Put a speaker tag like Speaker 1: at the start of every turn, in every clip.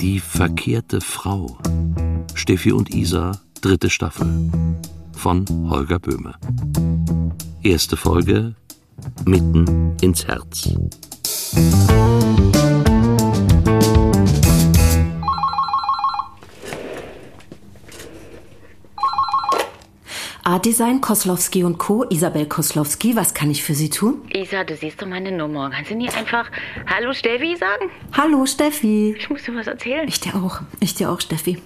Speaker 1: Die verkehrte Frau. Steffi und Isa, dritte Staffel. Von Holger Böhme. Erste Folge Mitten ins Herz.
Speaker 2: Art-Design, Koslowski und Co., Isabel Koslowski, was kann ich für Sie tun?
Speaker 3: Isa, du siehst doch meine Nummer. Kannst du nicht einfach Hallo Steffi sagen?
Speaker 2: Hallo, Steffi.
Speaker 3: Ich muss dir was erzählen.
Speaker 2: Ich dir auch. Ich dir auch, Steffi.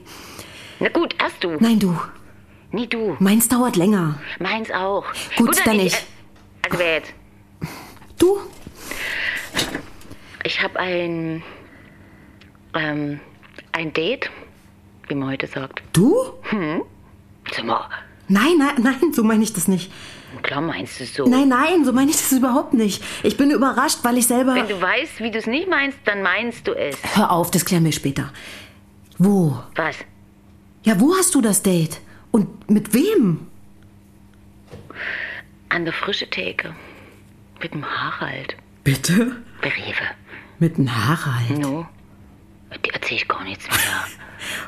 Speaker 3: Na gut, erst du.
Speaker 2: Nein, du.
Speaker 3: Nie du.
Speaker 2: Meins dauert länger.
Speaker 3: Meins auch.
Speaker 2: Gut, dann ich.
Speaker 3: äh, Also wer jetzt?
Speaker 2: Du?
Speaker 3: Ich habe ein. Ähm, ein Date, wie man heute sagt.
Speaker 2: Du?
Speaker 3: Sag mal,
Speaker 2: Nein, nein, nein, so meine ich das nicht.
Speaker 3: klar meinst du so.
Speaker 2: Nein, nein, so meine ich das überhaupt nicht. Ich bin überrascht, weil ich selber.
Speaker 3: Wenn du weißt, wie du es nicht meinst, dann meinst du es.
Speaker 2: Hör auf, das klären wir später. Wo?
Speaker 3: Was?
Speaker 2: Ja, wo hast du das Date? Und mit wem?
Speaker 3: An der frische Theke. Mit dem Harald.
Speaker 2: Bitte?
Speaker 3: Bei Rewe.
Speaker 2: Mit dem Harald.
Speaker 3: No. Die erzähl ich gar nichts mehr.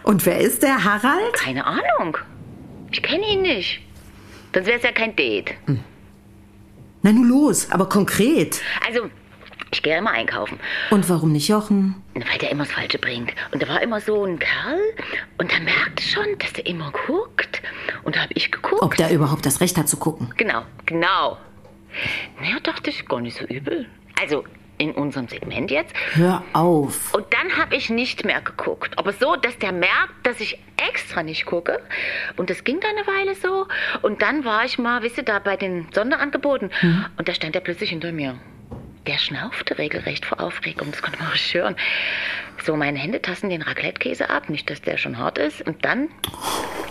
Speaker 2: Und wer ist der Harald?
Speaker 3: Keine Ahnung. Ich kenne ihn nicht. Sonst wäre es ja kein Date.
Speaker 2: Hm. Na, nun los, aber konkret.
Speaker 3: Also, ich gehe ja immer einkaufen.
Speaker 2: Und warum nicht Jochen?
Speaker 3: Weil der immer das Falsche bringt. Und da war immer so ein Kerl und er merkte schon, dass er immer guckt. Und da habe ich geguckt.
Speaker 2: Ob der überhaupt das Recht hat zu gucken?
Speaker 3: Genau, genau. Naja, dachte ich, gar nicht so übel. Also, in unserem Segment jetzt.
Speaker 2: Hör auf.
Speaker 3: Und dann habe ich nicht mehr geguckt. Aber so, dass der merkt, dass ich extra nicht gucke. Und das ging dann eine Weile so. Und dann war ich mal, wisst ihr, da bei den Sonderangeboten. Und da stand er plötzlich hinter mir. Der schnaufte regelrecht vor Aufregung. Das konnte man richtig hören. So, meine Hände tasten den Raclette-Käse ab. Nicht, dass der schon hart ist. Und dann,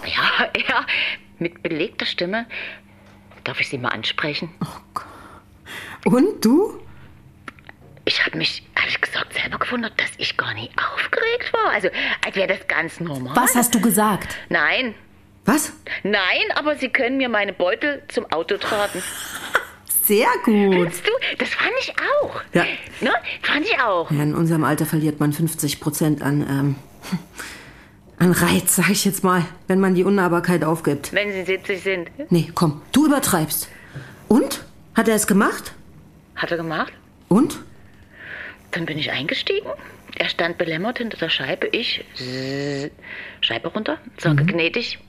Speaker 3: ja, er mit belegter Stimme. Darf ich Sie mal ansprechen?
Speaker 2: Und du?
Speaker 3: Ich habe mich, ehrlich gesagt, selber gewundert, dass ich gar nicht aufgeregt war. Also, als wäre das ganz normal.
Speaker 2: Was hast du gesagt?
Speaker 3: Nein,
Speaker 2: Was?
Speaker 3: nein, aber Sie können mir meine Beutel zum Auto tragen.
Speaker 2: Sehr gut.
Speaker 3: Siehst du, das fand ich auch.
Speaker 2: Ja.
Speaker 3: Ne? Fand ich auch.
Speaker 2: Ja, in unserem Alter verliert man 50 Prozent an, ähm, an Reiz, sag ich jetzt mal, wenn man die Unnahbarkeit aufgibt.
Speaker 3: Wenn Sie 70 sind.
Speaker 2: Nee, komm, du übertreibst. Und? Hat er es gemacht?
Speaker 3: Hat er gemacht?
Speaker 2: Und?
Speaker 3: Dann bin ich eingestiegen. Er stand belämmert hinter der Scheibe. Ich, zzz, Scheibe runter,
Speaker 2: Mhm.
Speaker 3: sage gnädig.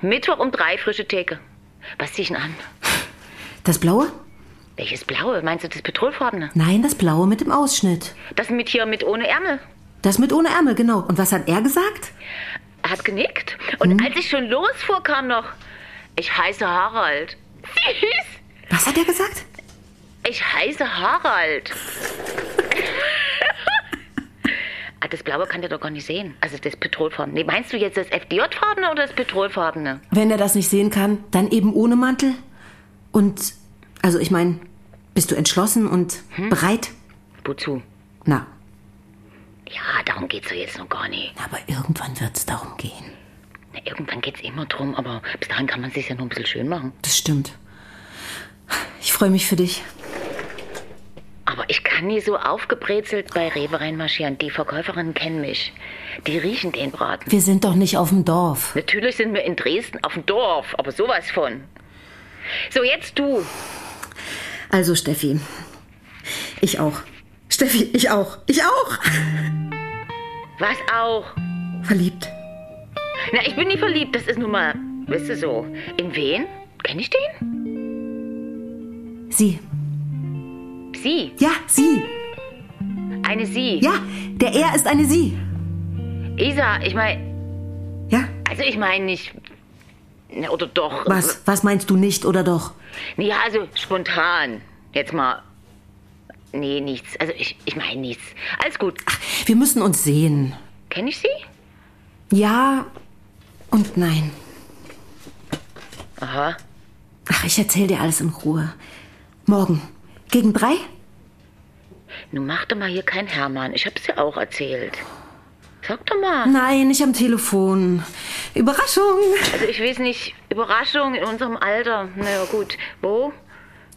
Speaker 3: Mittwoch um drei frische Theke. Was zieh ich denn an?
Speaker 2: Das blaue?
Speaker 3: Welches blaue? Meinst du das Petrolfarbene?
Speaker 2: Nein, das blaue mit dem Ausschnitt.
Speaker 3: Das mit hier mit ohne Ärmel?
Speaker 2: Das mit ohne Ärmel, genau. Und was hat er gesagt?
Speaker 3: Er hat genickt. Und als ich schon losfuhr, kam noch, ich heiße Harald. Süß!
Speaker 2: Was hat er gesagt?
Speaker 3: Ich heiße Harald. ah, das Blaue kann der doch gar nicht sehen. Also das Petrolfarbene. Nee, meinst du jetzt das FDJ-Farbene oder das Petrolfarbene?
Speaker 2: Wenn er das nicht sehen kann, dann eben ohne Mantel. Und, also ich meine, bist du entschlossen und bereit?
Speaker 3: Wozu?
Speaker 2: Na,
Speaker 3: Ja, darum geht's doch jetzt noch gar nicht.
Speaker 2: aber irgendwann wird's darum gehen.
Speaker 3: Na, irgendwann geht's immer drum, aber bis dahin kann man sich ja noch ein bisschen schön machen.
Speaker 2: Das stimmt. Ich freue mich für dich.
Speaker 3: Aber ich kann nie so aufgebrezelt bei Rewe reinmarschieren. Die Verkäuferinnen kennen mich. Die riechen den Braten.
Speaker 2: Wir sind doch nicht auf dem Dorf.
Speaker 3: Natürlich sind wir in Dresden auf dem Dorf, aber sowas von. So, jetzt du.
Speaker 2: Also, Steffi. Ich auch. Steffi, ich auch. Ich auch.
Speaker 3: Was auch?
Speaker 2: Verliebt.
Speaker 3: Na, ich bin nicht verliebt, das ist nun mal, weißt du so. In wen? Kenn ich den?
Speaker 2: Sie.
Speaker 3: Sie.
Speaker 2: Ja, sie.
Speaker 3: Eine Sie.
Speaker 2: Ja, der er ist eine sie.
Speaker 3: Isa, ich meine,
Speaker 2: Ja?
Speaker 3: also ich meine nicht. Na, oder doch.
Speaker 2: Was? Was meinst du nicht oder doch?
Speaker 3: Nee, Ja, also spontan. Jetzt mal. Nee, nichts. Also ich, ich meine nichts. Alles gut.
Speaker 2: Wir müssen uns sehen.
Speaker 3: Kenn ich sie?
Speaker 2: Ja und nein.
Speaker 3: Aha.
Speaker 2: Ach, ich erzähl dir alles in Ruhe. Morgen. Gegen drei?
Speaker 3: Nun mach doch mal hier kein Hermann. Ich hab's dir auch erzählt. Sag doch mal.
Speaker 2: Nein, nicht am Telefon. Überraschung.
Speaker 3: Also ich weiß nicht, Überraschung in unserem Alter. Naja gut, wo?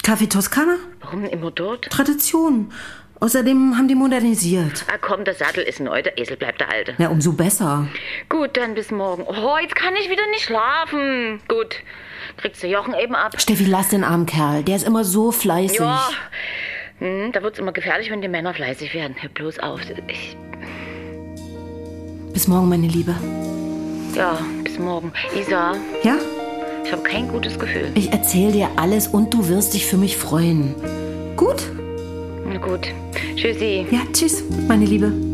Speaker 2: Kaffee Toskana?
Speaker 3: Warum immer dort?
Speaker 2: Tradition. Außerdem haben die modernisiert.
Speaker 3: Ah, komm, der Sattel ist neu, der Esel bleibt der alte.
Speaker 2: Ja, umso besser.
Speaker 3: Gut, dann bis morgen. Oh, jetzt kann ich wieder nicht schlafen. Gut, kriegst du Jochen eben ab.
Speaker 2: Steffi, lass den armen Kerl. Der ist immer so fleißig.
Speaker 3: Ja. Hm, da wird's immer gefährlich, wenn die Männer fleißig werden. Hör bloß auf. Ich,
Speaker 2: Bis morgen, meine Liebe.
Speaker 3: ja, bis morgen. Isa,
Speaker 2: Ja?
Speaker 3: ich habe kein gutes Gefühl.
Speaker 2: Ich erzähl dir alles und du wirst dich für mich freuen. Gut?
Speaker 3: Na gut. Tschüssi.
Speaker 2: Ja, tschüss, meine Liebe.